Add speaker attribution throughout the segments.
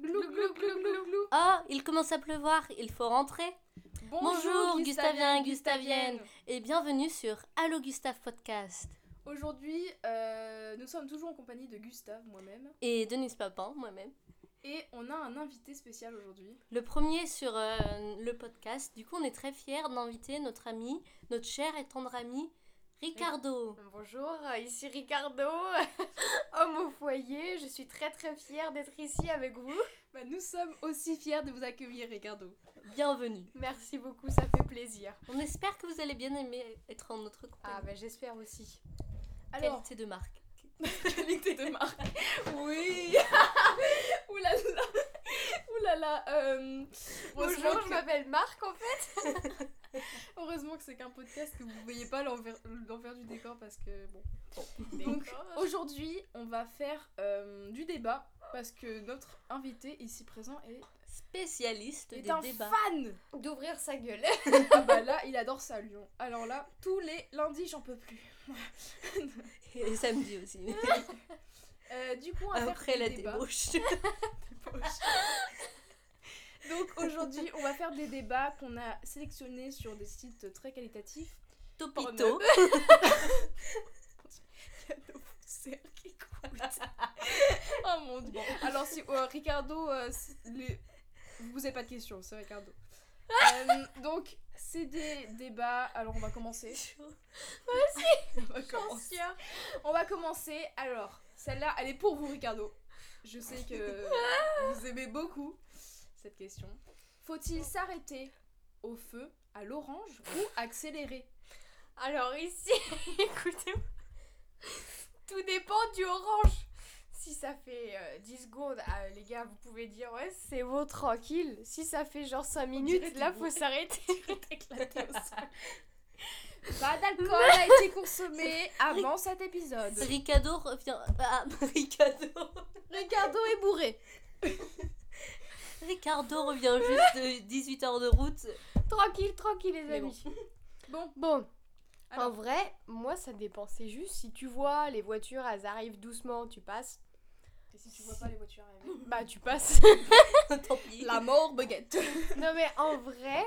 Speaker 1: Glou, glou, glou, glou, glou.
Speaker 2: Oh, il commence à pleuvoir, il faut rentrer. Bonjour,
Speaker 1: Gustaviens,
Speaker 2: Gustavien, Gustavienne. Et bienvenue sur Allo Gustave Podcast.
Speaker 1: Aujourd'hui, euh, nous sommes toujours en compagnie de Gustave, moi-même,
Speaker 2: Et Denise Papin, moi-même.
Speaker 1: et on a un invité spécial aujourd'hui.
Speaker 2: Le premier sur euh, le podcast. Du coup, on est très fiers d'inviter notre ami, notre cher et tendre ami, Ricardo.
Speaker 3: Bonjour, euh, ici Ricardo, homme au foyer. Je suis très très fière d'être ici avec vous.
Speaker 1: Bah, nous sommes aussi fiers de vous accueillir, Ricardo.
Speaker 2: Bienvenue.
Speaker 3: Merci beaucoup, ça fait plaisir.
Speaker 2: On espère que vous allez bien aimer être en notre compagnie.
Speaker 3: Ah bah j'espère aussi.
Speaker 1: Ah, bah, Alors,
Speaker 2: Qualité de marque.
Speaker 1: qualité de marque. Oui Oulala Oulala euh, heureusement,
Speaker 3: Bonjour, je m'appelle Marc en fait.
Speaker 1: que- heureusement que c'est qu'un podcast que vous ne voyez pas l'envers l'envers du décor parce que, bon...
Speaker 3: Donc,
Speaker 1: Aujourd'hui, on va faire euh, du débat parce que notre invité ici présent est,
Speaker 2: Spécialiste
Speaker 1: est
Speaker 2: des
Speaker 1: un
Speaker 2: débats.
Speaker 1: fan.
Speaker 3: d'ouvrir sa gueule.
Speaker 1: Ah bah là, il adore ça Lyon. Alors là, tous les lundis, j'en peux plus.
Speaker 2: Et samedi aussi.
Speaker 1: Euh, du coup, on va
Speaker 2: Après
Speaker 1: faire
Speaker 2: la
Speaker 1: des débats.
Speaker 2: débauche.
Speaker 1: Donc aujourd'hui, on va faire des débats qu'on a sélectionnés sur des sites très qualitatifs.
Speaker 2: Topito.
Speaker 1: Il y a nos concerts qui écoutent. oh mon dieu. Alors si euh, Ricardo, euh, si- les- vous posez pas de questions, c'est Ricardo. Euh, donc c'est des débats. Alors on va commencer. On va commencer. On va commencer. Alors celle-là, elle est pour vous Ricardo. Je sais que vous aimez beaucoup cette question. Faut-il s'arrêter au feu, à l'orange ou accélérer
Speaker 3: Alors ici, écoutez-moi. Tout dépend du orange. Si ça fait euh, 10 secondes, ah, les gars, vous pouvez dire ouais, c'est bon, tranquille. Si ça fait genre 5
Speaker 1: dirait
Speaker 3: minutes,
Speaker 1: du
Speaker 3: là,
Speaker 1: bruit.
Speaker 3: faut s'arrêter.
Speaker 1: éclaté au sol. Pas d'alcool a été consommé avant cet épisode.
Speaker 2: Ricardo revient. Ah, Ricardo.
Speaker 1: Ricardo est bourré.
Speaker 2: Ricardo revient juste de 18 heures de route.
Speaker 3: Tranquille, tranquille, les
Speaker 1: Mais bon.
Speaker 3: amis.
Speaker 1: Bon,
Speaker 3: Bon, en
Speaker 1: Alors.
Speaker 3: vrai, moi ça dépend. C'est juste si tu vois les voitures, elles arrivent doucement, tu passes.
Speaker 1: et si tu vois pas les voitures arriver
Speaker 3: Bah, tu passes.
Speaker 2: Tant pis.
Speaker 1: mort baguette.
Speaker 3: non, mais en vrai,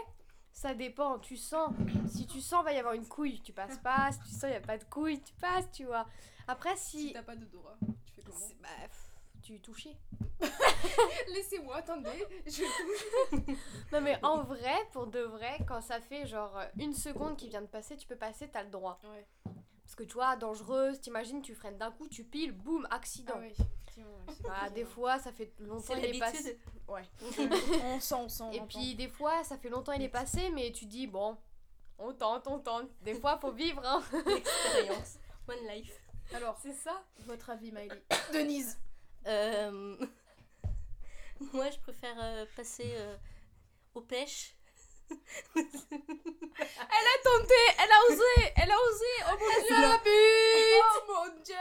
Speaker 3: ça dépend. Tu sens. Si tu sens, va y avoir une couille, tu passes pas. Si tu sens, il n'y a pas de couille, tu passes, tu vois. Après,
Speaker 1: Si
Speaker 3: si.
Speaker 1: t'as pas d'odorat, tu fais comment
Speaker 3: C'est- Bah, pff, tu touché.
Speaker 1: Laissez-moi, attendez, je touche.
Speaker 3: Non, mais en vrai, pour de vrai, quand ça fait genre euh, une seconde qui vient de passer, tu peux passer, t'as le droit.
Speaker 1: Ouais.
Speaker 3: Parce que tu vois, dangereuse, t'imagines, tu freines d'un coup, tu piles, boum, accident.
Speaker 1: Ah ouais, effectivement. ouais, c'est
Speaker 3: Bah,
Speaker 1: compliqué,
Speaker 3: des
Speaker 1: ouais.
Speaker 3: fois, ça fait longtemps
Speaker 2: C'est
Speaker 3: il est passé.
Speaker 2: l'habitude.
Speaker 1: On sent, on sent. on
Speaker 3: Et
Speaker 1: entend.
Speaker 3: puis des fois, ça fait longtemps il est passé, mais tu dis bon, on tente, on tente. Des fois, faut vivre. Hein.
Speaker 2: Expérience. One life.
Speaker 1: Alors,
Speaker 3: C'est ça.
Speaker 1: votre avis, Maëlie Denise
Speaker 2: Euh, Moi, je préfère euh, passer euh, aux pêches.
Speaker 1: Attendez, elle a osé Elle a osé Oh mon dieu Oh mon dieu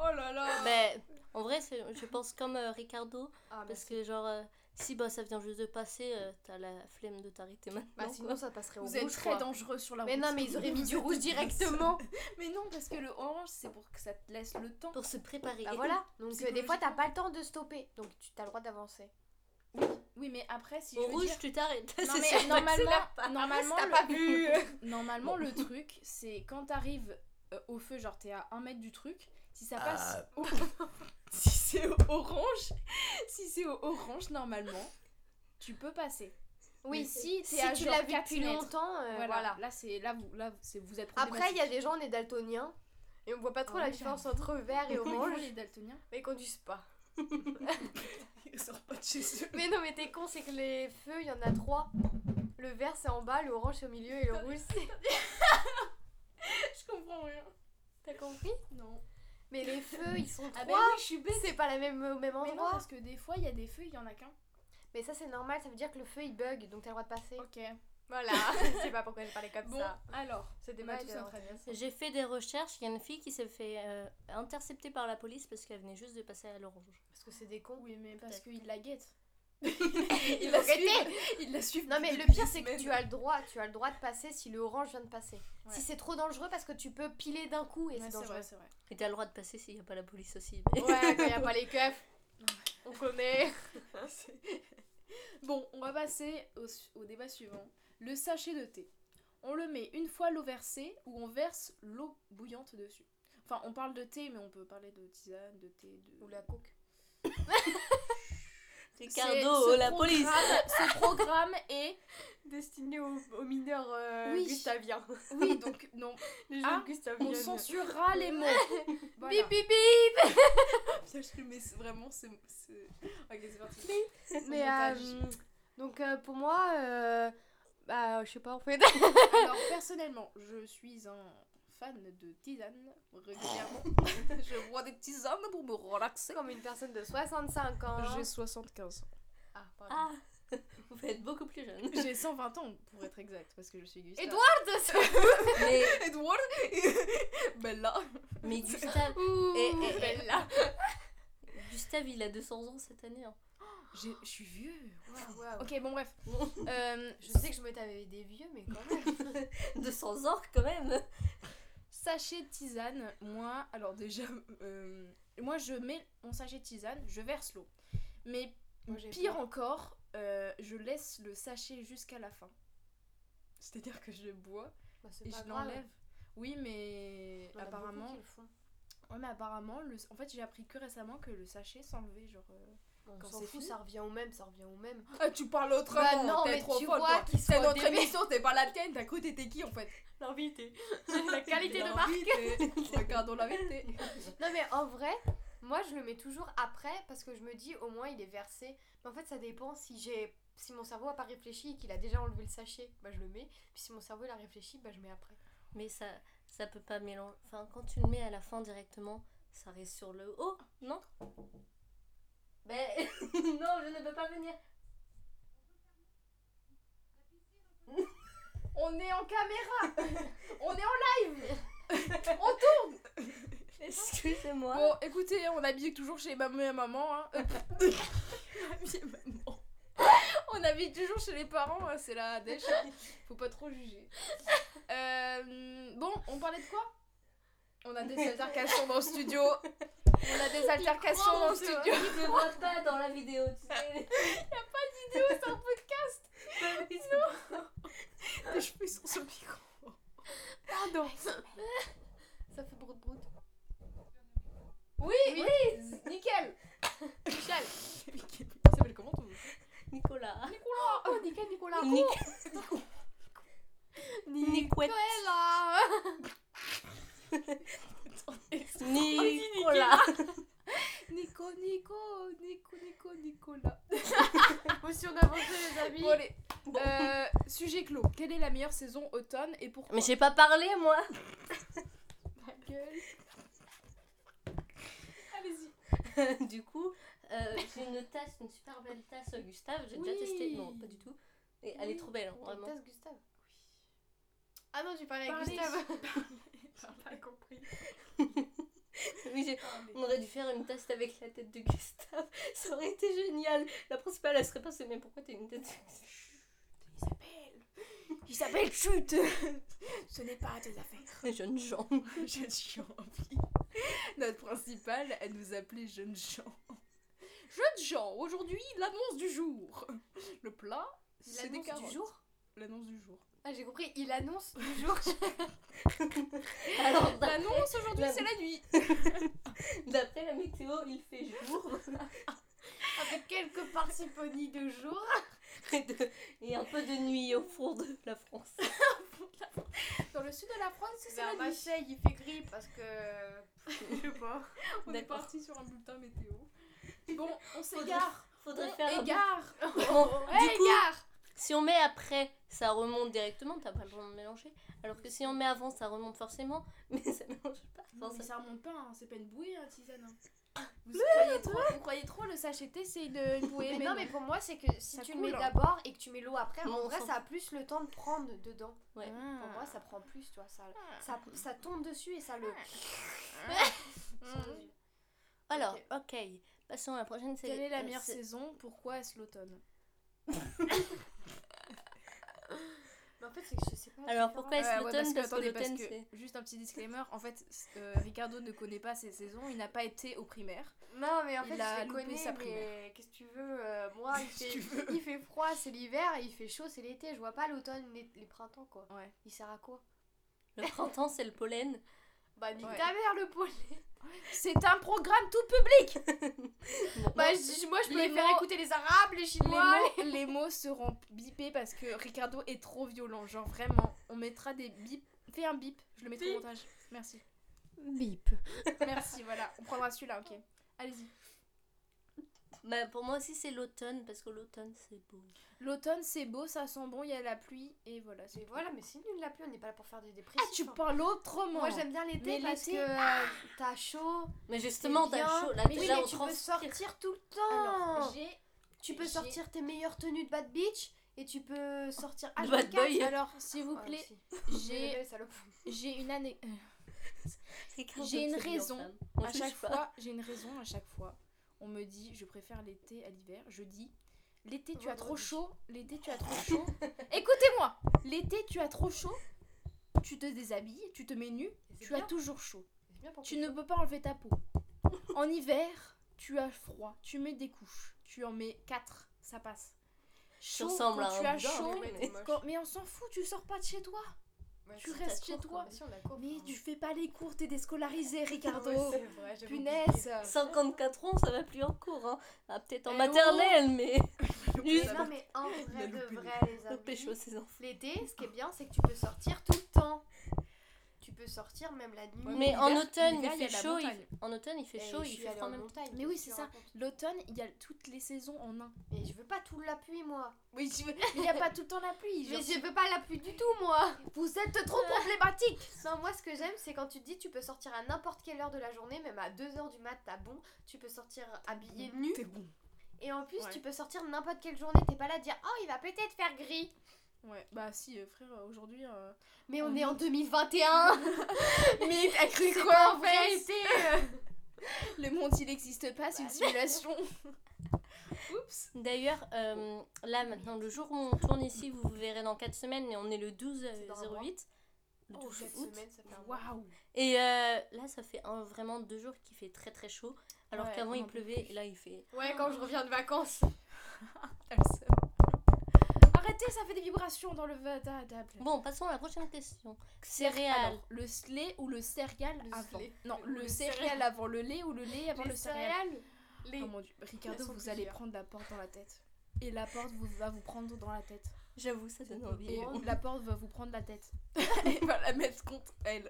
Speaker 1: Oh là là
Speaker 2: Mais en vrai, c'est- je pense comme euh, Ricardo.
Speaker 3: Ah,
Speaker 2: Parce que, genre, euh, si bah, ça vient juste de passer, euh, t'as la flemme de t'arrêter maintenant.
Speaker 3: bah,
Speaker 2: quoi.
Speaker 3: sinon, ça passerait au
Speaker 1: Vous
Speaker 3: rouge.
Speaker 1: êtes très
Speaker 3: quoi.
Speaker 1: dangereux sur la
Speaker 3: Mais
Speaker 1: route.
Speaker 3: non, mais ils auraient mis du rouge directement.
Speaker 1: Mais non, parce que le orange, c'est pour que ça te laisse le temps.
Speaker 2: Pour se préparer.
Speaker 3: bah voilà. Donc euh, des fois,
Speaker 1: Psychologiquement.
Speaker 3: t'as pas le temps de stopper. Donc tu as le droit d'avancer.
Speaker 1: Oui, mais après, si
Speaker 2: Au
Speaker 1: je veux
Speaker 2: rouge,
Speaker 1: dire-
Speaker 2: tu t'arrêtes.
Speaker 1: Non,
Speaker 2: C'est
Speaker 1: mais
Speaker 2: ça, c'est
Speaker 1: normalement,
Speaker 2: la-
Speaker 1: normalement,
Speaker 3: t'as
Speaker 1: le...
Speaker 3: pas vu.
Speaker 1: normalement le truc, c'est quand t'arrives euh, au feu, genre t'es à 1 mètre du truc, si ça passe... au- si c'est au orange, si c'est au orange, normalement, tu peux passer.
Speaker 3: oui,
Speaker 1: Mais
Speaker 3: si,
Speaker 1: c'est
Speaker 3: si
Speaker 1: à
Speaker 3: tu
Speaker 1: genre
Speaker 3: l'as vu
Speaker 1: 4
Speaker 3: depuis
Speaker 1: mètres.
Speaker 3: longtemps, euh,
Speaker 1: voilà.
Speaker 3: voilà.
Speaker 1: Là, c'est là vous, là, c'est vous êtes
Speaker 3: Après, il y a des gens, on est daltoniens. Et on voit pas trop
Speaker 1: Ah
Speaker 3: la
Speaker 1: oui,
Speaker 3: différence entre vert et
Speaker 1: orange.
Speaker 3: orange,
Speaker 1: les daltoniens,
Speaker 3: mais ils conduisent pas.
Speaker 1: ils sortent pas de chez eux.
Speaker 3: Mais non, mais t'es con, c'est que les feux, il y en a trois. Le vert, c'est en bas, le orange, c'est au milieu et le rouge, c'est.
Speaker 1: Je comprends rien.
Speaker 3: T'as compris
Speaker 1: Non.
Speaker 3: Mais les feux, ils sont
Speaker 1: Ah
Speaker 3: trois.
Speaker 1: ben oui, je suis bête.
Speaker 3: c'est pas la même, au même
Speaker 1: Mais non,
Speaker 3: endroit.
Speaker 1: parce que des fois, il y a des feux, il y en a qu'un.
Speaker 3: Mais ça, c'est normal, ça veut dire que le feu, il bug, donc t'as le droit de passer.
Speaker 1: Ok.
Speaker 3: Voilà, je sais pas pourquoi j'ai parlé comme
Speaker 1: Bon,
Speaker 3: ça. euh,
Speaker 1: alors,
Speaker 3: C'était
Speaker 1: on a
Speaker 3: pas
Speaker 1: tous
Speaker 3: de-
Speaker 1: notre avis.
Speaker 2: J'ai fait des recherches, il y a une fille qui s'est fait euh, intercepter par la police parce qu'elle venait juste de passer à l'orange.
Speaker 3: Parce que c'est des cons.
Speaker 1: Oui, mais parce
Speaker 2: Peut-être.
Speaker 1: qu'il la guette.
Speaker 3: Il
Speaker 1: la
Speaker 3: faut arrêter.
Speaker 1: suivent- Ils la suivent.
Speaker 3: Non, mais le
Speaker 1: depuis
Speaker 3: pire,
Speaker 1: des
Speaker 3: c'est que
Speaker 1: semaines.
Speaker 3: tu as le droit. Tu as le droit de passer si le orange vient de passer.
Speaker 1: Ouais.
Speaker 3: Si c'est trop dangereux, parce que tu peux piler d'un coup et
Speaker 1: Ouais,
Speaker 3: c'est
Speaker 1: c'est
Speaker 3: dangereux.
Speaker 1: vrai, c'est vrai.
Speaker 2: Et t'as le droit de passer s'il n'y a pas la police aussi.
Speaker 3: Ouais, quand y a pas les keufs. On connaît.
Speaker 1: Bon, on va passer au, su- au débat suivant. Le sachet de thé. On le met une fois l'eau versée ou on verse l'eau bouillante dessus. Enfin, on parle de thé, mais on peut parler de tisane, de thé, de...
Speaker 3: Ou la coke.
Speaker 1: C'est-
Speaker 2: Ricardo,
Speaker 1: ce
Speaker 2: oh, la police
Speaker 1: programme- Ce programme est...
Speaker 3: Destiné aux, aux mineurs euh,
Speaker 1: Oui.
Speaker 3: gustaviens.
Speaker 1: Oui, donc non,
Speaker 3: Les jeunes
Speaker 1: Ah,
Speaker 3: gustaviens.
Speaker 1: on censurera les mots. Voilà.
Speaker 3: Ah, Bip, bip, bip.
Speaker 1: mais vraiment, c'est... Ok, c'est parti.
Speaker 3: Mais
Speaker 1: Montage.
Speaker 3: euh, donc euh, pour moi, euh, bah je sais pas en fait.
Speaker 1: Alors, personnellement, je suis un fan de tisane, régulièrement. je bois des tisanes pour me relaxer.
Speaker 3: Comme une personne de 65 ans.
Speaker 1: J'ai 75 ans.
Speaker 3: Ah, pardon.
Speaker 2: Ah Vous êtes beaucoup plus jeune.
Speaker 1: J'ai 120 ans, pour être exact, parce que je suis Gustave.
Speaker 3: Edouard de-
Speaker 2: Mais,
Speaker 1: Edward Bella
Speaker 2: mais Gustave,
Speaker 3: Ouh,
Speaker 2: Et- et- et-
Speaker 3: Bella.
Speaker 2: Gustave, il a 200 ans cette année. hein.
Speaker 1: Je suis vieux.
Speaker 3: Waouh, waouh.
Speaker 1: Ok, bon, bref. Euh,
Speaker 3: Je sais que je me tapais avec des vieux, mais quand même.
Speaker 2: 200 ans quand même
Speaker 1: sachet de tisane, moi, alors déjà, euh, moi je mets mon sachet de tisane, je verse l'eau. Mais
Speaker 3: Moi, j'ai
Speaker 1: pire
Speaker 3: peur.
Speaker 1: encore, euh, je laisse le sachet jusqu'à la fin. C'est-à-dire que je le bois
Speaker 3: Bah, c'est
Speaker 1: et je
Speaker 3: pas grave.
Speaker 1: l'enlève. Oui, mais
Speaker 3: Il y en a beaucoup
Speaker 1: apparemment,
Speaker 3: qui le font.
Speaker 1: ouais, mais apparemment, le... en fait, j'ai appris que récemment que le sachet s'enlevait, genre. euh,
Speaker 3: On
Speaker 1: Quand
Speaker 3: s'en
Speaker 1: c'est
Speaker 3: fout,
Speaker 1: fini.
Speaker 3: ça revient au même, ça revient au même.
Speaker 1: Ah, tu parles autrement,
Speaker 3: Bah non,
Speaker 1: t'es
Speaker 3: mais
Speaker 1: trop
Speaker 3: tu
Speaker 1: folle,
Speaker 3: vois
Speaker 1: toi.
Speaker 3: qu'ils
Speaker 1: C'est
Speaker 3: sont au
Speaker 1: notre
Speaker 3: début.
Speaker 1: émission, c'est pas la tienne, t'as cru t'étais qui en fait
Speaker 3: L'invité. La qualité de marque.
Speaker 1: marque Regardons la vérité.
Speaker 3: Non mais en vrai, moi je le mets toujours après parce que je me dis au moins il est versé. Mais en fait ça dépend si j'ai si mon cerveau a pas réfléchi et qu'il a déjà enlevé le sachet, bah je le mets. Puis si mon cerveau il a réfléchi, bah je mets après.
Speaker 2: Mais ça, ça peut pas mélanger. Enfin, quand tu le mets à la fin directement, ça reste sur le haut, non Ben, non, je ne peux pas venir.
Speaker 1: On est en caméra On est en
Speaker 2: Excusez-moi.
Speaker 1: Bon, écoutez, hein, on habite toujours chez mamie et maman. Hein. Euh, mamie et maman. on habite toujours chez les parents, hein, c'est la dèche. hein. Faut pas trop juger. Euh, bon, on parlait de quoi On a des altercations dans le studio. On a des altercations dans le studio.
Speaker 2: Je ne vois pas dans la vidéo, tu sais.
Speaker 1: Tes cheveux sont sur le micro.
Speaker 3: Pardon. ça fait broute broute.
Speaker 1: Oui, oui, nickel.
Speaker 3: Michel.
Speaker 1: Il s'appelle comment ton
Speaker 2: Nicolas.
Speaker 3: Oh nickel Nicolas.
Speaker 2: Nic-
Speaker 3: Nicolas.
Speaker 2: Nicouette.
Speaker 1: Nicolas.
Speaker 2: Nicolas.
Speaker 1: Nico, Nico, Nico, Nico, Nicolas.
Speaker 3: Faut si on avançait les amis.
Speaker 1: Bon, allez. Euh, sujet clos. Quelle est la meilleure saison automne et pourquoi
Speaker 2: Mais j'ai pas parlé, moi.
Speaker 1: Ma gueule. Allez-y.
Speaker 2: du coup, euh, j'ai une tasse, une super belle tasse Gustave. J'ai déjà
Speaker 1: Oui.
Speaker 2: testé. Non, pas du tout. Et elle est trop belle, hein,
Speaker 3: Une
Speaker 2: vraiment.
Speaker 3: tasse Gustave. Ah non, tu parlais avec
Speaker 1: Parlez.
Speaker 3: Gustave.
Speaker 1: J'ai pas compris.
Speaker 2: Oui, j'ai-
Speaker 1: Ah,
Speaker 2: on aurait dû faire une tasse avec la tête de Gustave. Ça aurait été génial. La principale, elle serait passée. Mais pourquoi t'as une tête de Gustave
Speaker 1: Il s'appelle Chute. Ce n'est
Speaker 3: Ah,
Speaker 1: pas tes affaires.
Speaker 2: Les jeunes gens.
Speaker 1: Jeune Jean. oui. Notre principale, elle nous appelait Jeune Jean. Jeune Jean, aujourd'hui, l'annonce du jour. Le plat, c'est des
Speaker 3: L'annonce
Speaker 1: carottes.
Speaker 3: du jour.
Speaker 1: L'annonce du jour.
Speaker 3: Ah j'ai compris, il annonce du jour.
Speaker 2: Alors, d'a-
Speaker 1: L'annonce aujourd'hui,
Speaker 2: La-
Speaker 1: c'est la nuit.
Speaker 2: d'après la météo, il fait jour.
Speaker 3: Avec quelques parsimonies de jour.
Speaker 2: Et, de- et un peu de nuit au four de la France.
Speaker 1: Dans le sud de la France, c'est
Speaker 3: Vers
Speaker 1: la nuit.
Speaker 3: Marseille, il fait gris parce que. Je sais pas.
Speaker 1: On est
Speaker 2: D'accord.
Speaker 1: parti sur un bulletin météo. Bon, on
Speaker 2: Faudrait-
Speaker 1: s'égare.
Speaker 2: Faudrait
Speaker 1: On
Speaker 2: faire un-
Speaker 1: égare.
Speaker 2: Bon,
Speaker 3: Hey,
Speaker 2: du coup,
Speaker 3: gare
Speaker 2: Si on met après, ça remonte directement, t'as pas le droit de mélanger. Alors que si on met avant, ça remonte forcément, mais ça mélange pas.
Speaker 1: Non,
Speaker 2: Enfin,
Speaker 1: mais
Speaker 2: ça-
Speaker 1: ça remonte pas, hein, c'est pas une bouée, hein, tisane. hein. Vous croyez trop, vous croyez trop le sachet de thé, c'est une, une bouée.
Speaker 3: mais
Speaker 1: mais
Speaker 3: non, mais pour moi, c'est que si
Speaker 1: Ça
Speaker 3: tu le mets
Speaker 1: coule, hein.
Speaker 3: d'abord et que tu mets l'eau après,
Speaker 2: Non,
Speaker 3: en
Speaker 2: on
Speaker 3: vrai,
Speaker 2: s'en
Speaker 3: ça a plus le temps de prendre dedans.
Speaker 2: Ouais.
Speaker 3: Pour moi, ça prend plus, tu vois. Ça,
Speaker 1: Ah.
Speaker 3: ça, ça tombe dessus et ça le.
Speaker 1: Ah.
Speaker 2: Alors, ok, passons à la prochaine
Speaker 1: Quelle est la
Speaker 2: euh,
Speaker 1: meilleure
Speaker 2: c'est-
Speaker 1: saison Pourquoi est-ce l'automne
Speaker 3: Mais en fait, c'est que je sais pas.
Speaker 2: Alors, pourquoi est-ce
Speaker 1: Ouais,
Speaker 2: l'automne
Speaker 1: ouais, parce que,
Speaker 2: Parce que
Speaker 1: attendez, parce
Speaker 2: l'automne,
Speaker 1: que-
Speaker 2: c'est-
Speaker 1: juste un petit disclaimer, en fait, euh, Ricardo ne connaît pas ces saisons, il n'a pas été au primaire.
Speaker 3: Non, mais en
Speaker 1: Il
Speaker 3: fait,
Speaker 1: a
Speaker 3: je les
Speaker 1: loupé
Speaker 3: connais,
Speaker 1: sa
Speaker 3: mais qu'est-ce que tu veux euh, Moi, il
Speaker 1: Qu'est-ce que tu
Speaker 3: fait, il fait froid, c'est l'hiver, et il fait chaud, c'est l'été. Je vois pas l'automne, les, les printemps, quoi.
Speaker 1: Ouais.
Speaker 3: Il sert à quoi
Speaker 2: le printemps, c'est le pollen.
Speaker 3: Bah, nique
Speaker 1: Ouais.
Speaker 3: ta mère, le pollen
Speaker 1: C'est un programme tout public
Speaker 2: Bon,
Speaker 3: Bah, je- moi, je
Speaker 1: Les
Speaker 3: préfère
Speaker 1: mots-
Speaker 3: écouter les Arabes, les
Speaker 1: les
Speaker 3: Chinois.
Speaker 1: mots, les mots seront bipés parce que Ricardo est trop violent, genre vraiment. On mettra des bips. Fais un bip, je le mettrai au
Speaker 3: Bip.
Speaker 1: montage. Merci.
Speaker 2: bip.
Speaker 1: Merci, voilà. On prendra celui-là, ok. Allez-y.
Speaker 2: Bah, pour moi aussi, c'est l'automne, parce que l'automne, c'est beau.
Speaker 1: L'automne, c'est beau, ça sent bon, il y a la pluie, et voilà. c'est-
Speaker 3: Mais voilà, mais c'est nul la pluie, on n'est pas là pour faire des
Speaker 1: Ah,
Speaker 3: dépressions.
Speaker 1: tu parles autrement
Speaker 3: Moi, j'aime bien l'été
Speaker 1: Mais
Speaker 3: parce
Speaker 1: l'été- ah.
Speaker 3: que euh, t'as chaud.
Speaker 2: Mais justement,
Speaker 3: t'es
Speaker 2: t'as
Speaker 3: bien,
Speaker 2: chaud. Là,
Speaker 3: mais oui,
Speaker 2: déjà,
Speaker 3: mais
Speaker 2: on
Speaker 3: tu peux
Speaker 2: transpire.
Speaker 3: sortir tout le temps.
Speaker 1: Alors, j'ai
Speaker 3: tu peux
Speaker 1: j'ai-
Speaker 3: sortir tes meilleures tenues de Bad Beach et tu peux sortir
Speaker 2: De
Speaker 3: H24.
Speaker 2: bad boy.
Speaker 1: Alors, s'il vous
Speaker 3: Ah,
Speaker 1: plaît,
Speaker 3: si.
Speaker 1: j'ai-
Speaker 3: Désolée, salope.
Speaker 1: j'ai une année.
Speaker 2: Ricardo,
Speaker 1: J'ai une
Speaker 2: c'est bien,
Speaker 1: raison.
Speaker 2: femme. On
Speaker 1: à
Speaker 2: juge
Speaker 1: chaque
Speaker 2: pas.
Speaker 1: fois, j'ai une raison à chaque fois. On me dit, je préfère l'été à l'hiver. Je dis, l'été tu as trop
Speaker 3: Vendredi.
Speaker 1: chaud. L'été tu as trop chaud. Écoutez-moi, l'été tu as trop chaud. Tu te déshabilles, tu te mets nu,
Speaker 3: Et c'est
Speaker 1: tu as
Speaker 3: bien.
Speaker 1: toujours chaud.
Speaker 3: C'est bien pour
Speaker 1: Tu
Speaker 3: que-
Speaker 1: ne peux pas enlever ta peau. En hiver, tu as froid, tu mets des couches, tu en mets 4, ça passe. Chaud, quand
Speaker 2: ressemble à un
Speaker 1: tu as
Speaker 2: boudin,
Speaker 1: chaud,
Speaker 3: mais t'es moche.
Speaker 1: quand- mais on s'en fout, tu sors pas de chez toi,
Speaker 3: Ouais,
Speaker 1: tu
Speaker 3: c'est-
Speaker 1: restes
Speaker 2: ta
Speaker 1: chez
Speaker 2: cour,
Speaker 1: toi.
Speaker 3: Mais si, on a quoi,
Speaker 1: Mais
Speaker 3: enfin.
Speaker 1: tu fais pas les cours, t'es déscolarisé,
Speaker 3: Ah
Speaker 1: Ricardo.
Speaker 3: ouais, hein. c'est vrai, j'avoue,
Speaker 1: Punaise.
Speaker 2: 54 ans, ça va plus en cours. Hein. Ah, peut-être en
Speaker 3: Eh oh.
Speaker 2: maternelle, mais.
Speaker 3: Mais
Speaker 2: Juste
Speaker 3: non, mais en vrai,
Speaker 2: Il a
Speaker 3: de
Speaker 2: loupé
Speaker 3: vrai, les
Speaker 2: pour
Speaker 3: amis.
Speaker 2: pécho ses enfants.
Speaker 3: L'été, ce qui est bien, c'est que tu peux sortir tout le temps. Tu peux sortir même la nuit.
Speaker 1: Ouais,
Speaker 2: Mais en
Speaker 1: l'hiver-
Speaker 2: automne, il
Speaker 1: l'hiver, y a
Speaker 2: fait
Speaker 1: de la
Speaker 2: chaud. il-
Speaker 1: montagne.
Speaker 2: En automne, il fait
Speaker 3: Eh,
Speaker 2: chaud,
Speaker 3: je
Speaker 2: il
Speaker 3: suis
Speaker 2: fait
Speaker 3: allée
Speaker 2: froid
Speaker 3: en
Speaker 2: en même temps.
Speaker 3: montagne,
Speaker 1: Mais oui,
Speaker 3: qu'est-ce
Speaker 1: c'est
Speaker 3: que tu
Speaker 1: ça.
Speaker 3: racontes
Speaker 1: L'automne, il y a toutes les saisons en un.
Speaker 3: Mais je veux pas tout de la pluie, moi.
Speaker 1: Oui, il n'y a pas tout le temps la pluie.
Speaker 3: Mais je veux pas la pluie du tout, moi.
Speaker 1: Vous êtes trop problématique.
Speaker 3: Non, moi, ce que j'aime, c'est quand tu te dis tu peux sortir à n'importe quelle heure de la journée, même à 2h du mat, t'as bon. Tu peux sortir habillé
Speaker 2: Mhm.
Speaker 3: nu.
Speaker 1: bon.
Speaker 3: Et en plus,
Speaker 1: Ouais.
Speaker 3: tu peux sortir n'importe quelle journée. T'es pas là à dire oh, il va peut-être faire gris.
Speaker 1: Ouais, bah si, euh, frère, euh, aujourd'hui. euh,
Speaker 3: Mais on
Speaker 1: Oui.
Speaker 3: est en 2021.
Speaker 1: Mais t'as cru
Speaker 3: C'est
Speaker 1: quoi
Speaker 3: pas
Speaker 1: en
Speaker 3: vrai,
Speaker 1: fait
Speaker 3: l'été,
Speaker 1: Le monde, il n'existe pas, c'est une simulation. Oups.
Speaker 2: D'ailleurs, euh, là maintenant, le jour où on tourne ici, vous vous verrez dans 4 semaines, mais on est le 12 euh,
Speaker 3: C'est dans un mois.
Speaker 2: 08. Le
Speaker 3: Oh,
Speaker 2: 12
Speaker 3: cette
Speaker 2: août.
Speaker 3: semaine, ça fait un mois.
Speaker 1: Waouh.
Speaker 2: Et euh, là, ça fait un- vraiment deux jours qu'il fait très très chaud. Alors
Speaker 1: Ouais,
Speaker 2: qu'avant,
Speaker 1: on
Speaker 2: il
Speaker 1: en peut
Speaker 2: pleuvait, et là, il fait.
Speaker 3: Ouais, quand je reviens de vacances.
Speaker 1: t'as le seum. Arrêtez, ça fait des vibrations dans le vada table.
Speaker 2: Bon, passons à la prochaine question. Céréales.
Speaker 1: Alors, le lait ou le céréal
Speaker 3: Le
Speaker 1: avant
Speaker 3: slé.
Speaker 1: Non,
Speaker 3: Ou
Speaker 1: Ah, le,
Speaker 3: le
Speaker 1: céréal,
Speaker 3: céréal.
Speaker 1: avant le lait ou le lait avant
Speaker 3: Les
Speaker 1: le céréal.
Speaker 3: les-
Speaker 1: Oh mon dieu, Ricardo,
Speaker 3: Elles sont
Speaker 1: vous allez
Speaker 3: plusieurs.
Speaker 1: prendre la porte dans la tête. Et la porte vous, va vous prendre dans la tête.
Speaker 2: J'avoue, ça donne envie. hein.
Speaker 1: Et la porte va vous prendre la tête. Elle va la mettre contre elle.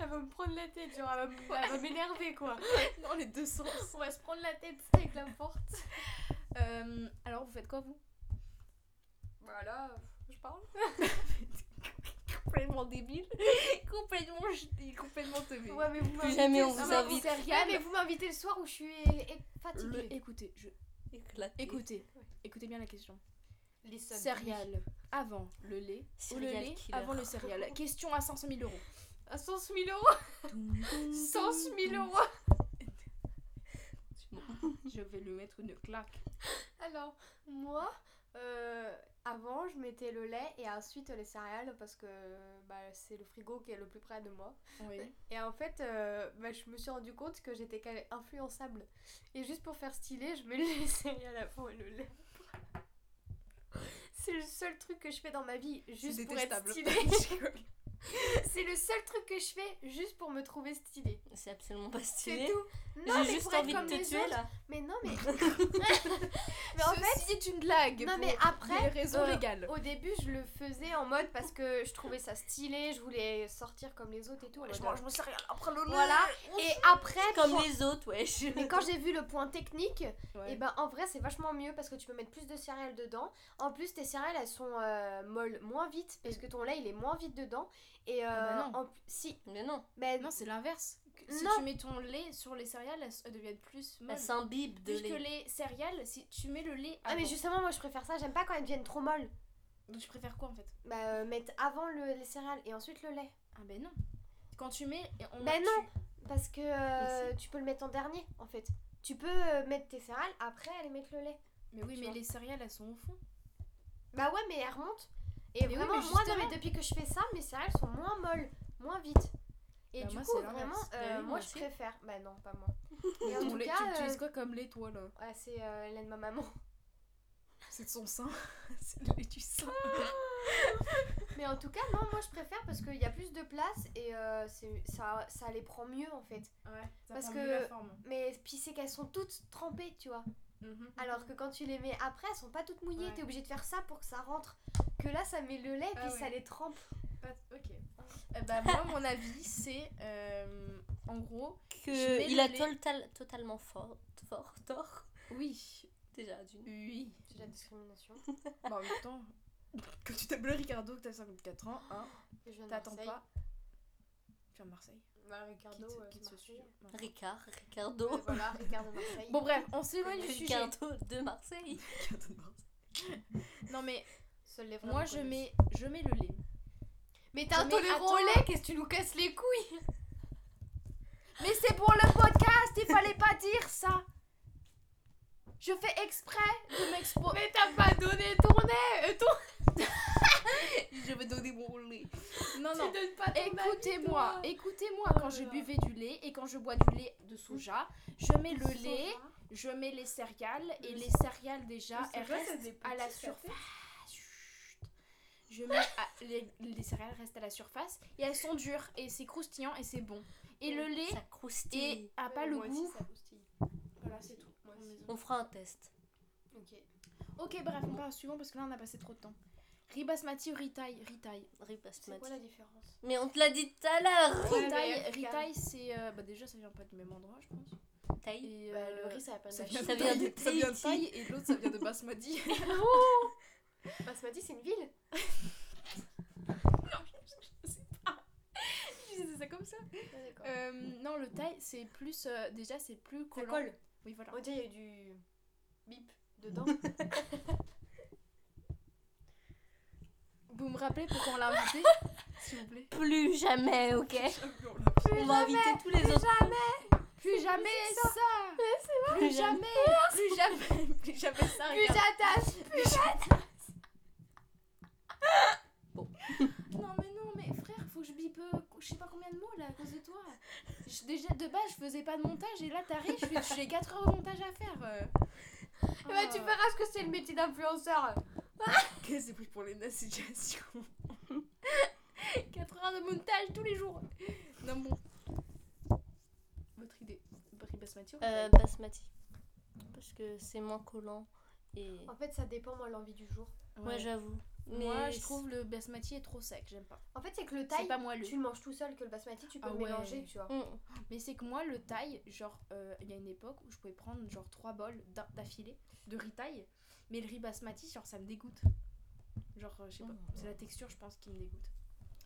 Speaker 3: Elle va me prendre la tête, genre elle va me- elle va m'énerver quoi.
Speaker 1: Dans les deux sens.
Speaker 3: On va se prendre la tête avec la porte.
Speaker 1: Euh, alors, vous faites quoi, vous
Speaker 3: Voilà, je parle.
Speaker 1: Complètement débile. complètement, ch- complètement teubé.
Speaker 3: Ouais, mais vous
Speaker 2: Plus
Speaker 3: m'invitez.
Speaker 2: jamais on
Speaker 3: le
Speaker 1: ça
Speaker 2: vous
Speaker 1: va
Speaker 3: soir-
Speaker 2: invite.
Speaker 3: Ouais, mais vous m'invitez le soir où je suis é- é- fatiguée.
Speaker 1: Le- écoutez, je...
Speaker 2: Éclaté.
Speaker 1: écoutez, écoutez bien la question.
Speaker 3: Les sommes.
Speaker 1: Céréales avant le lait ou le
Speaker 2: Céréales
Speaker 1: lait
Speaker 2: killer.
Speaker 1: avant le céréal Question à 500 000 euros.
Speaker 3: À 100 000 euros. 100 000 euros.
Speaker 1: Je vais lui mettre une claque.
Speaker 3: Alors, moi, euh, avant, je mettais le lait et ensuite les céréales parce que bah, c'est le frigo qui est le plus près de moi.
Speaker 1: Oui.
Speaker 3: Et en fait, euh, bah, je me suis rendu compte que j'étais quand même influençable. Et juste pour faire stylé, je mets les céréales avant et le lait. après. C'est le seul truc que je fais dans ma vie, juste pour être stylé. C'est le seul truc que je fais juste pour me trouver stylé.
Speaker 2: C'est absolument pas
Speaker 3: C'est
Speaker 2: stylé.
Speaker 3: tout. Non,
Speaker 2: J'ai
Speaker 3: mais
Speaker 2: juste
Speaker 3: pour être
Speaker 2: envie de
Speaker 3: comme
Speaker 2: te
Speaker 3: les
Speaker 2: tuer
Speaker 3: autres.
Speaker 2: là.
Speaker 3: Mais non, mais. mais en fait,
Speaker 1: c'est une blague.
Speaker 3: non,
Speaker 1: pour
Speaker 3: mais après,
Speaker 1: les raisons
Speaker 3: euh,
Speaker 1: légales.
Speaker 3: au début, je le faisais en mode parce que je trouvais ça stylé, je voulais sortir comme les autres et tout. Alors, je mange-
Speaker 1: me sers rien après le
Speaker 3: Voilà. Et après,
Speaker 2: Comme
Speaker 3: pour-
Speaker 2: les autres, wesh.
Speaker 3: Mais quand j'ai vu le point technique,
Speaker 1: Ouais.
Speaker 3: et ben en vrai c'est vachement mieux parce que tu peux mettre plus de céréales dedans. En plus tes céréales elles sont euh, molles moins vite parce que ton lait il est moins vite dedans. Et euh,
Speaker 1: Ah bah
Speaker 3: en- si,
Speaker 2: Mais non,
Speaker 3: ben
Speaker 1: Non, c'est l'inverse. Que- Si
Speaker 3: Non.
Speaker 1: tu mets ton lait sur les céréales, elles, elles deviennent plus molles.
Speaker 2: elle s'imbibe de
Speaker 1: Plus que
Speaker 2: lait.
Speaker 1: les céréales, si tu mets le lait.
Speaker 3: ah mais
Speaker 1: avant.
Speaker 3: justement moi je préfère ça, j'aime pas quand elles deviennent trop molles.
Speaker 1: Donc tu préfères quoi en fait
Speaker 3: Bah euh, mettre avant le- les céréales et ensuite le lait.
Speaker 1: Ah ben non. Quand tu mets. On
Speaker 3: Ben
Speaker 1: tu-
Speaker 3: non. Parce que euh,
Speaker 2: Mais
Speaker 3: tu peux le mettre en dernier en fait. Tu peux euh, mettre tes céréales après aller mettre le lait.
Speaker 1: Mais oui,
Speaker 3: Tu
Speaker 1: mais
Speaker 3: vois.
Speaker 1: les céréales, elles sont au fond.
Speaker 3: Bah ouais mais elles remontent. Et
Speaker 4: Mais oui,
Speaker 3: vraiment,
Speaker 4: mais
Speaker 3: moi, non,
Speaker 4: justement.
Speaker 3: mais depuis que je fais ça, mes céréales sont moins molles, moins vite. Et
Speaker 1: Bah,
Speaker 3: du
Speaker 1: moi,
Speaker 3: coup,
Speaker 1: c'est l'inverse.
Speaker 3: vraiment,
Speaker 2: Bah
Speaker 3: euh,
Speaker 2: oui, moi
Speaker 3: moi, je
Speaker 2: aussi.
Speaker 3: préfère. Bah non, pas moi.
Speaker 1: Mais
Speaker 3: Et en
Speaker 1: ton
Speaker 3: tout
Speaker 1: lait,
Speaker 3: cas,
Speaker 1: tu utilises
Speaker 3: euh,
Speaker 1: quoi comme lait, toi, là
Speaker 3: Ouais, c'est euh, le lait de ma maman.
Speaker 1: C'est de son sein. c'est le lait du sein.
Speaker 3: Mais en tout cas, non, moi, je préfère parce qu'il y a plus de place et euh, c'est- ça, ça les prend mieux, en fait.
Speaker 1: Ouais, ça
Speaker 3: Parce
Speaker 1: prend
Speaker 3: que-
Speaker 1: mieux la forme.
Speaker 3: Mais puis c'est qu'elles sont toutes trempées, tu vois.
Speaker 1: Mhm.
Speaker 3: Alors que quand tu les mets après, elles sont pas toutes mouillées.
Speaker 1: Ouais.
Speaker 3: T'es obligé de faire ça pour que ça rentre. Que là, ça met le lait
Speaker 1: Ah
Speaker 3: puis
Speaker 1: ouais.
Speaker 3: ça les trempe.
Speaker 1: Pas- Ok. Euh, bah, moi, mon avis, c'est euh, en gros. Je mets
Speaker 2: Que
Speaker 1: le
Speaker 2: il a
Speaker 1: lait.
Speaker 2: total- totalement fort, fort tort.
Speaker 1: Oui.
Speaker 2: Déjà, d'une.
Speaker 1: Oui.
Speaker 3: C'est la discrimination.
Speaker 1: Bah, en même temps, quand tu t'appelles Ricardo, que t'as 54 ans, hein,
Speaker 3: Je viens de
Speaker 1: t'attends
Speaker 3: Marseille.
Speaker 1: pas. Tu viens de Marseille
Speaker 3: Bah, Ricardo,
Speaker 1: Quitte-
Speaker 3: euh,
Speaker 1: quitte
Speaker 3: de
Speaker 1: ce
Speaker 3: Marseille.
Speaker 1: sujet. Non.
Speaker 2: Ricard, Ricardo.
Speaker 3: Ouais, voilà, Ricardo de Marseille.
Speaker 1: Bon, bref, on s'éloigne du sujet.
Speaker 2: Ricardo de Marseille.
Speaker 1: Non, mais
Speaker 3: Seuls les vrais
Speaker 1: moi,
Speaker 3: nous
Speaker 1: je
Speaker 3: connaissent.
Speaker 1: mets, je mets le lait.
Speaker 4: Mais
Speaker 1: Non,
Speaker 4: t'as un
Speaker 1: mais
Speaker 4: tolérant au
Speaker 1: attends.
Speaker 4: lait, qu'est-ce que tu nous casses les couilles Mais c'est pour le podcast, il fallait pas dire ça
Speaker 1: Je fais exprès de m'exposer.
Speaker 4: Mais t'as pas donné ton nez euh, ton...
Speaker 1: je vais donner mon lait. Non, non.
Speaker 4: Tu donnes pas ton
Speaker 1: Écoutez-moi,
Speaker 4: avis, toi.
Speaker 1: écoutez-moi.
Speaker 4: Oh
Speaker 1: Quand
Speaker 4: là
Speaker 1: je
Speaker 4: là.
Speaker 1: buvais du lait et quand je bois du lait de soja, je mets le
Speaker 3: Soja.
Speaker 1: lait, je mets les céréales et
Speaker 4: Le
Speaker 1: les céréales déjà,
Speaker 4: Mais
Speaker 1: elles
Speaker 4: c'est vrai,
Speaker 1: restent
Speaker 4: c'est des
Speaker 1: à la
Speaker 4: petits cafés.
Speaker 1: surface. Chut. Je mets à- les, les céréales restent à la surface et elles sont dures et c'est croustillant et c'est bon. Et le lait
Speaker 2: Ça croustille.
Speaker 1: et a pas
Speaker 3: Ouais,
Speaker 1: le
Speaker 3: moi aussi,
Speaker 1: goût.
Speaker 3: ça croustille. Voilà, c'est tout. Moi aussi.
Speaker 2: On fera un test.
Speaker 3: Ok.
Speaker 1: Ok, bref, on passe au suivant parce que là on a passé trop de temps. Ribasmati ou ritaille, ritaille.
Speaker 3: C'est
Speaker 2: Ribasmati.
Speaker 3: quoi la différence
Speaker 2: Mais on te l'a dit tout à l'heure.
Speaker 3: Ouais,
Speaker 1: Ritaille,
Speaker 3: mais-
Speaker 1: ritaille, c'est euh, bah déjà ça vient pas du même endroit, je pense.
Speaker 2: Taille.
Speaker 1: Et,
Speaker 3: Bah, Le
Speaker 1: euh,
Speaker 3: riz, ça va pas
Speaker 1: Ça
Speaker 3: de
Speaker 1: vient,
Speaker 3: la
Speaker 2: Ça
Speaker 1: de
Speaker 2: vient
Speaker 1: Thaï-
Speaker 2: de
Speaker 1: ça vient de
Speaker 2: Tahiti.
Speaker 1: Thaï et l'autre ça vient de Basmati.
Speaker 3: Basmati, c'est une ville
Speaker 1: tu disais ça comme ça
Speaker 4: Euh,
Speaker 3: Ah,
Speaker 1: Euh,
Speaker 3: D'accord.
Speaker 1: Non, le Thaï c'est plus. euh, déjà, c'est plus
Speaker 3: Ça
Speaker 1: collant.
Speaker 3: colle.
Speaker 1: Oui, voilà.
Speaker 3: On dirait il y a eu du bip dedans.
Speaker 1: Vous me rappelez pourquoi on l'a invité S'il vous plaît.
Speaker 2: Plus jamais, ok On va inviter tous les autres.
Speaker 1: Plus jamais ça Plus
Speaker 2: Plus jamais.
Speaker 1: jamais Plus jamais Plus jamais
Speaker 3: Ah,
Speaker 1: ça
Speaker 4: Plus
Speaker 1: regarde.
Speaker 4: j'attache
Speaker 1: Non, mais non, mais frère, faut que je bipe euh, je sais pas combien de mots là à cause de toi. Je- déjà, de base, je faisais pas de montage et là t'arrives, je fais- j'ai 4 heures de montage à faire. euh.
Speaker 4: Eh ben, tu
Speaker 1: Ah.
Speaker 4: verras ce que c'est le métier d'influenceur
Speaker 1: Qu'est-ce que c'est pour les navigations 4 heures de montage tous les jours Non bon. Votre idée. Riz basmati ou
Speaker 2: Euh,
Speaker 1: riz
Speaker 2: basmati. Parce que c'est moins collant. Et.
Speaker 3: En fait, ça dépend, moi, l'envie du jour.
Speaker 1: thaï
Speaker 2: Ouais, j'avoue. Mais
Speaker 1: Moi je trouve le basmati est trop sec, j'aime pas.
Speaker 3: En fait, c'est que le
Speaker 1: C'est
Speaker 3: taille,
Speaker 1: pas moelleux.
Speaker 3: tu le manges tout seul, que le basmati, tu peux
Speaker 1: Ah
Speaker 3: le
Speaker 1: ouais.
Speaker 3: mélanger, tu vois.
Speaker 2: Mm.
Speaker 1: Mais c'est que moi le thaï, genre euh, il y a une époque où je pouvais prendre genre 3 bols d'un- d'affilée de riz thaï, mais le riz basmati genre ça me dégoûte. Genre euh, je sais pas,
Speaker 2: Mm.
Speaker 3: Oh.
Speaker 1: c'est la texture je pense qui me dégoûte.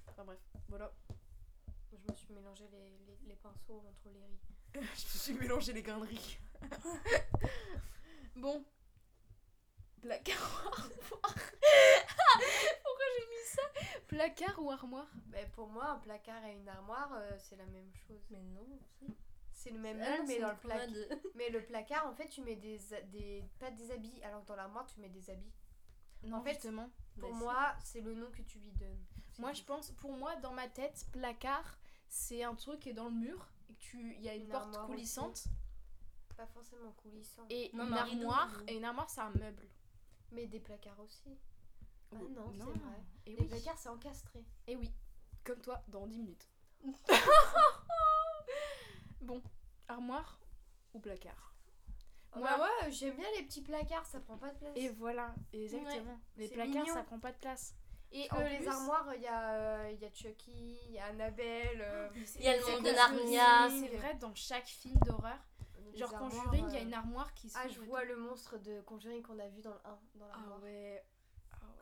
Speaker 1: Enfin bref, voilà.
Speaker 3: Je me suis mélangé les, les, les pinceaux entre les riz.
Speaker 1: Je me suis mélangé les grains de riz. bon. Placard ou armoire Pourquoi j'ai mis ça Placard ou armoire
Speaker 3: Mais pour moi, un placard et une armoire, euh, c'est la même chose.
Speaker 2: Mais non. si.
Speaker 3: C'est le même
Speaker 2: Ah
Speaker 3: meuble,
Speaker 2: non,
Speaker 3: mais
Speaker 2: c'est
Speaker 3: dans
Speaker 2: une
Speaker 3: le Bah, placard.
Speaker 2: pommade.
Speaker 3: Mais le placard, en fait, tu mets des, des pas des habits, alors que dans l'armoire, tu mets des habits.
Speaker 1: Non,
Speaker 3: En fait,
Speaker 1: justement.
Speaker 3: Pour
Speaker 2: Bah, si.
Speaker 3: moi, c'est le nom que tu lui donnes. C'est
Speaker 1: Moi,
Speaker 3: tout.
Speaker 1: je pense, pour moi, dans ma tête, placard, c'est un truc qui est dans le mur et que tu, il y a une,
Speaker 3: Une
Speaker 1: porte
Speaker 3: armoire
Speaker 1: coulissante
Speaker 3: pas forcément coulissant.
Speaker 1: et
Speaker 2: Non, Ah
Speaker 1: une
Speaker 2: non, rideau,
Speaker 1: armoire
Speaker 2: rideau.
Speaker 1: et une armoire, c'est un meuble.
Speaker 3: Mais des placards aussi. Ah
Speaker 1: Oh,
Speaker 3: non, c'est vrai.
Speaker 1: Et
Speaker 3: Les
Speaker 1: oui.
Speaker 3: placards, c'est encastré.
Speaker 1: Et oui. Comme toi, dans 10 minutes. bon, armoire ou placard
Speaker 3: Ah
Speaker 1: Moi-
Speaker 3: bah ouais, j'aime bien les petits placards, ça prend pas de place.
Speaker 1: Et voilà, exactement. Les
Speaker 3: c'est
Speaker 1: placards,
Speaker 3: mignon.
Speaker 1: ça prend pas de place. Et
Speaker 3: Parce
Speaker 1: en
Speaker 3: que euh, les
Speaker 1: plus-
Speaker 3: armoires, il y, a, euh, il y a Chucky, il y a Annabelle.
Speaker 1: Oh,
Speaker 3: euh,
Speaker 2: Il y a le
Speaker 3: c'est
Speaker 2: monde
Speaker 3: quoi
Speaker 2: de
Speaker 3: ce
Speaker 2: Narnia.
Speaker 3: film
Speaker 1: C'est vrai, dans chaque film d'horreur,
Speaker 3: Les
Speaker 1: genre
Speaker 3: armoires,
Speaker 1: Conjuring, il y a
Speaker 3: euh,
Speaker 1: une armoire qui se.
Speaker 3: Ah, je vois le monstre de Conjuring qu'on a vu dans le 1, dans
Speaker 1: Ah
Speaker 3: l'armoire.
Speaker 1: ouais.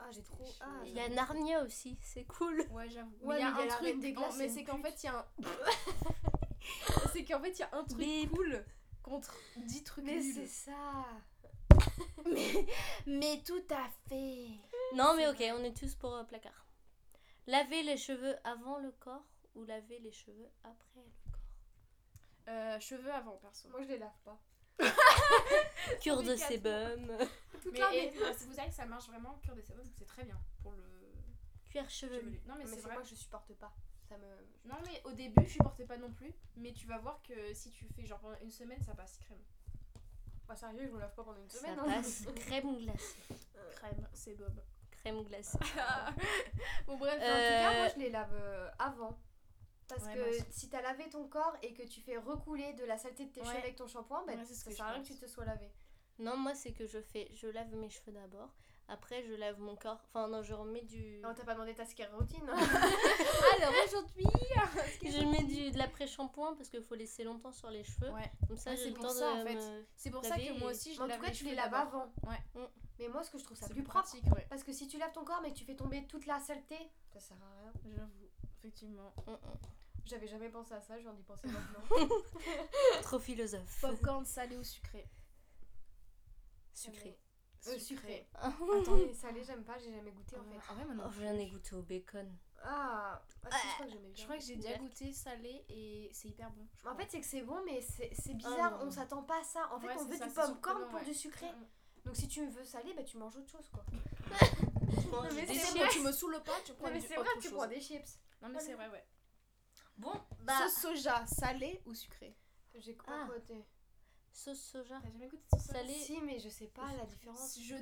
Speaker 3: Ah, j'ai trop-
Speaker 1: chaud.
Speaker 3: ah,
Speaker 2: Il y a Narnia aussi, c'est cool.
Speaker 1: Ouais, j'avoue. mais
Speaker 3: Ouais,
Speaker 1: il y a
Speaker 3: mais
Speaker 1: un
Speaker 3: la
Speaker 1: truc.
Speaker 3: Reine des
Speaker 1: en-
Speaker 3: Glaces,
Speaker 1: mais
Speaker 3: c'est
Speaker 1: c'est
Speaker 3: une
Speaker 1: qu'en
Speaker 3: pute.
Speaker 1: fait, il y a un. c'est qu'en fait, il y a un truc
Speaker 2: Bip.
Speaker 1: cool contre 10 trucs
Speaker 3: Mais c'est
Speaker 1: nuls.
Speaker 3: ça
Speaker 1: Mais tout à fait.
Speaker 2: Non, mais ok, on est tous pour euh, placard. Laver les cheveux avant le corps ou laver les cheveux après le corps
Speaker 1: Euh, cheveux avant, perso.
Speaker 3: Moi, je les lave pas.
Speaker 2: Cure de
Speaker 1: Délicatement.
Speaker 2: sébum.
Speaker 1: Mais et- si vous savez que ça marche vraiment, cure des sébums, c'est très bien pour le.
Speaker 2: cuir chevelu.
Speaker 1: Non, mais,
Speaker 3: mais
Speaker 1: c'est vrai.
Speaker 3: moi je supporte pas. Ça me.
Speaker 1: Non, mais au début, je supportais pas non plus. Mais tu vas voir que si tu fais genre pendant une semaine, ça passe crème. Pas Ah, sérieux, je me lave pas pendant une
Speaker 2: Ça
Speaker 1: semaine. hein.
Speaker 2: passe crème glacée.
Speaker 1: Crème, c'est bob.
Speaker 2: Crème glacée.
Speaker 1: Bon, bref.
Speaker 3: En tout cas, moi
Speaker 2: Euh,
Speaker 3: je les lave euh, avant. Parce
Speaker 1: Ouais, moi
Speaker 3: que si t'as lavé ton corps et que tu fais recouler de la saleté de tes
Speaker 1: Ouais.
Speaker 3: cheveux avec ton shampoing, bah,
Speaker 1: Ouais, c'est ce
Speaker 3: ça
Speaker 1: que
Speaker 3: sert
Speaker 1: je
Speaker 3: à rien que
Speaker 1: pense.
Speaker 3: tu te sois lavé.
Speaker 2: Non, moi, c'est que je fais. Je lave mes cheveux d'abord. Après, je lave mon corps. Enfin, non, je remets du.
Speaker 3: Non, t'as pas demandé ta routine.
Speaker 1: Alors aujourd'hui,
Speaker 2: Je mets du, de l'après-shampoing parce qu'il faut laisser longtemps sur les cheveux.
Speaker 1: Ouais.
Speaker 2: Comme ça,
Speaker 1: Ouais,
Speaker 2: j'ai
Speaker 1: c'est
Speaker 2: le
Speaker 1: pour
Speaker 2: temps
Speaker 1: ça,
Speaker 2: de.
Speaker 1: en fait.
Speaker 2: me-
Speaker 1: c'est pour ça que
Speaker 2: Laver
Speaker 1: moi
Speaker 2: et-
Speaker 1: aussi, je
Speaker 3: en tout
Speaker 1: lave
Speaker 3: cas,
Speaker 1: mes
Speaker 3: tu
Speaker 1: cheveux
Speaker 3: les laves
Speaker 1: d'abord.
Speaker 3: avant.
Speaker 1: Ouais.
Speaker 3: Mais moi, ce que je trouve ça
Speaker 1: C'est
Speaker 3: plus propre.
Speaker 1: pratique, ouais.
Speaker 3: Parce que si tu laves ton corps mais que tu fais tomber toute la saleté, ça sert à rien.
Speaker 1: J'avoue, effectivement.
Speaker 2: Hum, hum.
Speaker 3: J'avais jamais pensé à ça, je viens d'y penser maintenant.
Speaker 2: Trop philosophe.
Speaker 1: Popcorn salé ou sucré
Speaker 2: Sucré.
Speaker 3: Euh,
Speaker 1: Sucré. Ah.
Speaker 3: sucré.
Speaker 2: Ah.
Speaker 3: Attendez, salé, j'aime pas, j'ai jamais goûté en fait.
Speaker 1: En vrai, moi non
Speaker 2: Oh,
Speaker 1: plus.
Speaker 2: j'en ai goûté au bacon.
Speaker 3: Ah, ah, si, je crois que j'aimais bien.
Speaker 1: Je crois que j'ai déjà
Speaker 2: Berk.
Speaker 1: goûté salé et c'est hyper bon. je
Speaker 3: En
Speaker 1: crois.
Speaker 3: fait, c'est que c'est bon, mais c'est c'est bizarre,
Speaker 2: non.
Speaker 3: on s'attend pas à ça. En fait,
Speaker 1: Ah, Ouais,
Speaker 3: on
Speaker 1: c'est
Speaker 3: veut
Speaker 1: ça,
Speaker 3: du
Speaker 1: c'est
Speaker 3: popcorn
Speaker 1: surprenant,
Speaker 3: pour
Speaker 1: ouais.
Speaker 3: du sucré. Donc si tu veux salé, bah tu manges autre chose quoi.
Speaker 2: Mange
Speaker 3: mais
Speaker 2: des
Speaker 3: c'est
Speaker 2: chips.
Speaker 1: Quand tu me saoules pas, tu prends
Speaker 3: Non mais
Speaker 1: du-
Speaker 3: c'est vrai,
Speaker 1: autre
Speaker 3: tu
Speaker 1: chose.
Speaker 3: prends des chips.
Speaker 1: Non mais c'est vrai, ouais.
Speaker 2: Bon, bah.
Speaker 1: Sauce soja, salé ou sucré
Speaker 3: J'ai
Speaker 2: Ah.
Speaker 3: quoi côté
Speaker 2: Sauce soja.
Speaker 1: T'as jamais goûté de sauce
Speaker 2: Salé.
Speaker 3: Si, mais je sais pas la différence.
Speaker 1: Je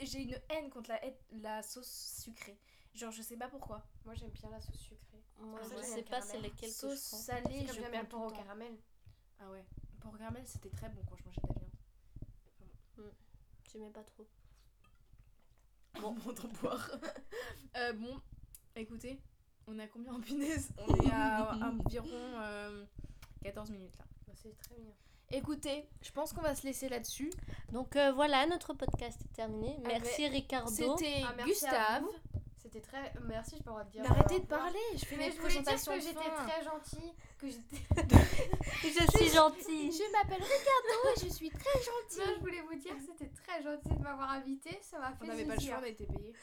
Speaker 1: j'ai une haine contre la, la sauce sucrée. Genre je sais pas pourquoi.
Speaker 3: Moi j'aime bien la sauce sucrée.
Speaker 2: Moi,
Speaker 3: Ah,
Speaker 2: je
Speaker 3: ça, j'aime
Speaker 2: sais
Speaker 3: le
Speaker 2: pas c'est
Speaker 3: caramel.
Speaker 2: laquelle que
Speaker 1: sauce
Speaker 2: je prends.
Speaker 1: salée,
Speaker 3: C'est comme
Speaker 1: je
Speaker 3: j'aime
Speaker 1: prends
Speaker 3: bien le
Speaker 1: tout le
Speaker 3: porc au
Speaker 1: temps.
Speaker 3: caramel.
Speaker 1: Ah ouais. Pour caramel, c'était très bon quand je mangeais de la viande.
Speaker 2: J'aimais pas trop.
Speaker 1: Bon, on va boire. Euh, bon, écoutez, on est à combien en punaise On est à environ euh, 14 minutes là.
Speaker 3: Bah, C'est très bien.
Speaker 1: Écoutez, je pense qu'on va se laisser là-dessus.
Speaker 2: Donc euh, voilà, notre podcast est terminé. Merci Ricardo.
Speaker 1: C'était
Speaker 3: Ah, merci à
Speaker 1: Gustave.
Speaker 3: vous. C'était très. Merci, je peux avoir de dire.
Speaker 1: Mais
Speaker 3: euh,
Speaker 1: arrêtez
Speaker 3: au
Speaker 1: de
Speaker 3: revoir.
Speaker 1: parler, je fais
Speaker 3: Mais
Speaker 1: mes
Speaker 3: je voulais dire
Speaker 1: présentations
Speaker 3: que
Speaker 1: de
Speaker 3: j'étais
Speaker 1: fin.
Speaker 3: très gentille, que j'étais.
Speaker 2: Je suis gentille.
Speaker 1: Je m'appelle Ricardo et je suis très
Speaker 3: Non, je voulais vous dire que c'était très gentil de m'avoir invité, ça m'a fait
Speaker 1: On n'avait pas le
Speaker 3: plaisir.
Speaker 1: choix, on a été payés.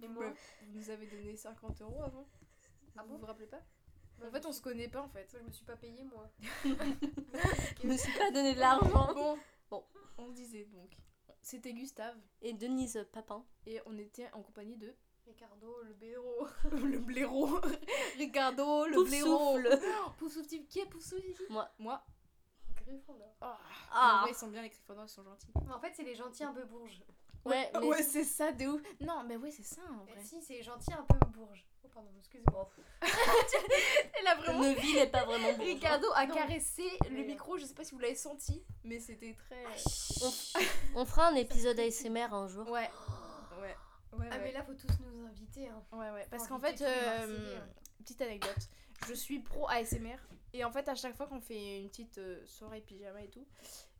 Speaker 3: Mais moi,
Speaker 1: Vous nous avez donné 50 euros avant.
Speaker 3: Ah
Speaker 1: vous
Speaker 3: bon
Speaker 1: vous rappelez pas
Speaker 3: moi,
Speaker 1: En fait, on se connaît pas en fait.
Speaker 3: je me suis pas payée moi.
Speaker 2: Je me suis pas donné de l'argent.
Speaker 1: Bon,
Speaker 2: Bon.
Speaker 1: on se disait donc. C'était Gustave
Speaker 2: Et Denise Papin.
Speaker 1: et on était en compagnie de
Speaker 3: Ricardo, le blaireau.
Speaker 1: le blaireau. Ricardo, le
Speaker 2: Pouf
Speaker 1: blaireau.
Speaker 2: souffle.
Speaker 1: Poussouf type. Qui est Poussouf ici
Speaker 2: Moi.
Speaker 1: Moi.
Speaker 3: Gryffondor.
Speaker 1: Oh.
Speaker 2: Ah.
Speaker 1: Ouais, ils sont bien, les Gryffondors, ils sont gentils.
Speaker 3: Mais en fait, c'est les gentils un peu bourges.
Speaker 2: Ouais, mais
Speaker 1: Ouais, c'est ça, de ouf. Non, mais ouais, c'est ça en
Speaker 3: Eh
Speaker 1: vrai.
Speaker 3: si, c'est les gentils un peu bourges. Oh, pardon, excusez-moi.
Speaker 1: Elle a vraiment.
Speaker 2: Neville est pas vraiment bon.
Speaker 1: Ricardo a
Speaker 3: Non.
Speaker 1: caressé le
Speaker 3: Mais-
Speaker 1: micro, je sais pas si vous l'avez senti, mais c'était très.
Speaker 2: On fera un épisode ASMR un jour.
Speaker 1: Ouais. Ouais. Ouais,
Speaker 3: Ah, mais
Speaker 1: ouais.
Speaker 3: là, faut tous nous inviter. Hein.
Speaker 1: ouais, ouais. Parce
Speaker 3: Faut
Speaker 1: qu'en fait,
Speaker 3: inviter tous les Marseillais,
Speaker 1: euh,
Speaker 3: hein.
Speaker 1: petite anecdote, je suis pro ASMR. Et en fait, à chaque fois qu'on fait une petite euh, soirée pyjama et tout,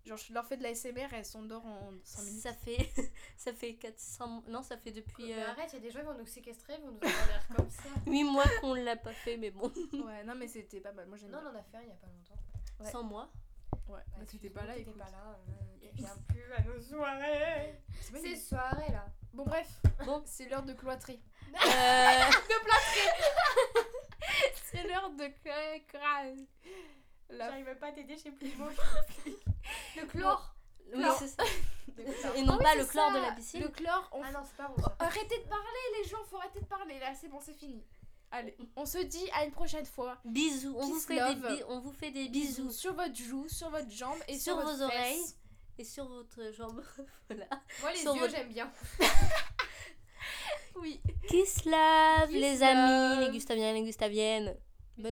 Speaker 1: genre, je leur fais de l'ASMR et elles s'endorment en 5 minutes.
Speaker 2: Ça fait ça fait 400 non, ça fait depuis
Speaker 1: euh,
Speaker 3: Mais arrête, il y a des gens qui vont nous séquestrer, ils vont nous avoir l'air comme ça.
Speaker 2: 8 mois qu'on l'a pas fait mais bon,
Speaker 1: ouais, non, mais c'était pas mal. Moi, j'aime
Speaker 3: Non,
Speaker 1: bien.
Speaker 3: on en a fait un il y a pas longtemps.
Speaker 1: Ouais.
Speaker 2: sans moi.
Speaker 1: Ouais,
Speaker 3: Bah,
Speaker 1: mais Bah, t'étais
Speaker 3: excuse-moi,
Speaker 1: pas là,
Speaker 3: T'étais
Speaker 1: écoute.
Speaker 3: pas là. euh, tu viens plus à nos soirées.
Speaker 1: C'est pas une
Speaker 3: Ces soirées là.
Speaker 1: Bon bref,
Speaker 2: Bon.
Speaker 1: c'est l'heure de cloîtrer.
Speaker 2: Euh,
Speaker 1: C'est l'heure de cloîtrer. La...
Speaker 3: J'arrive même pas à t'aider, je sais plus le mot. Le chlore.
Speaker 2: oui,
Speaker 1: Non.
Speaker 2: c'est ça.
Speaker 3: Ah
Speaker 2: Et non pas
Speaker 1: Oui,
Speaker 2: le
Speaker 1: c'est
Speaker 2: chlore
Speaker 1: ça,
Speaker 2: de la piscine.
Speaker 1: Le chlore, on...
Speaker 3: non, c'est pas bon ça.
Speaker 1: Arrêtez de parler les gens, faut arrêter de parler là, c'est bon, c'est fini. Allez, on se dit à une prochaine fois.
Speaker 2: Bisous, on vous,
Speaker 1: Kiss
Speaker 2: fait des
Speaker 1: love.
Speaker 2: bi- on vous fait des bisous
Speaker 1: sur votre joue, sur votre jambe et sur,
Speaker 2: Sur vos
Speaker 1: votre
Speaker 2: oreilles.
Speaker 1: fesse.
Speaker 2: et sur votre jambe. voilà.
Speaker 3: Moi, les
Speaker 2: Sur
Speaker 3: yeux,
Speaker 2: votre-
Speaker 3: j'aime bien.
Speaker 1: Oui.
Speaker 2: Kiss love
Speaker 1: Kiss
Speaker 2: les amis,
Speaker 1: love.
Speaker 2: les gustaviens, les gustaviennes.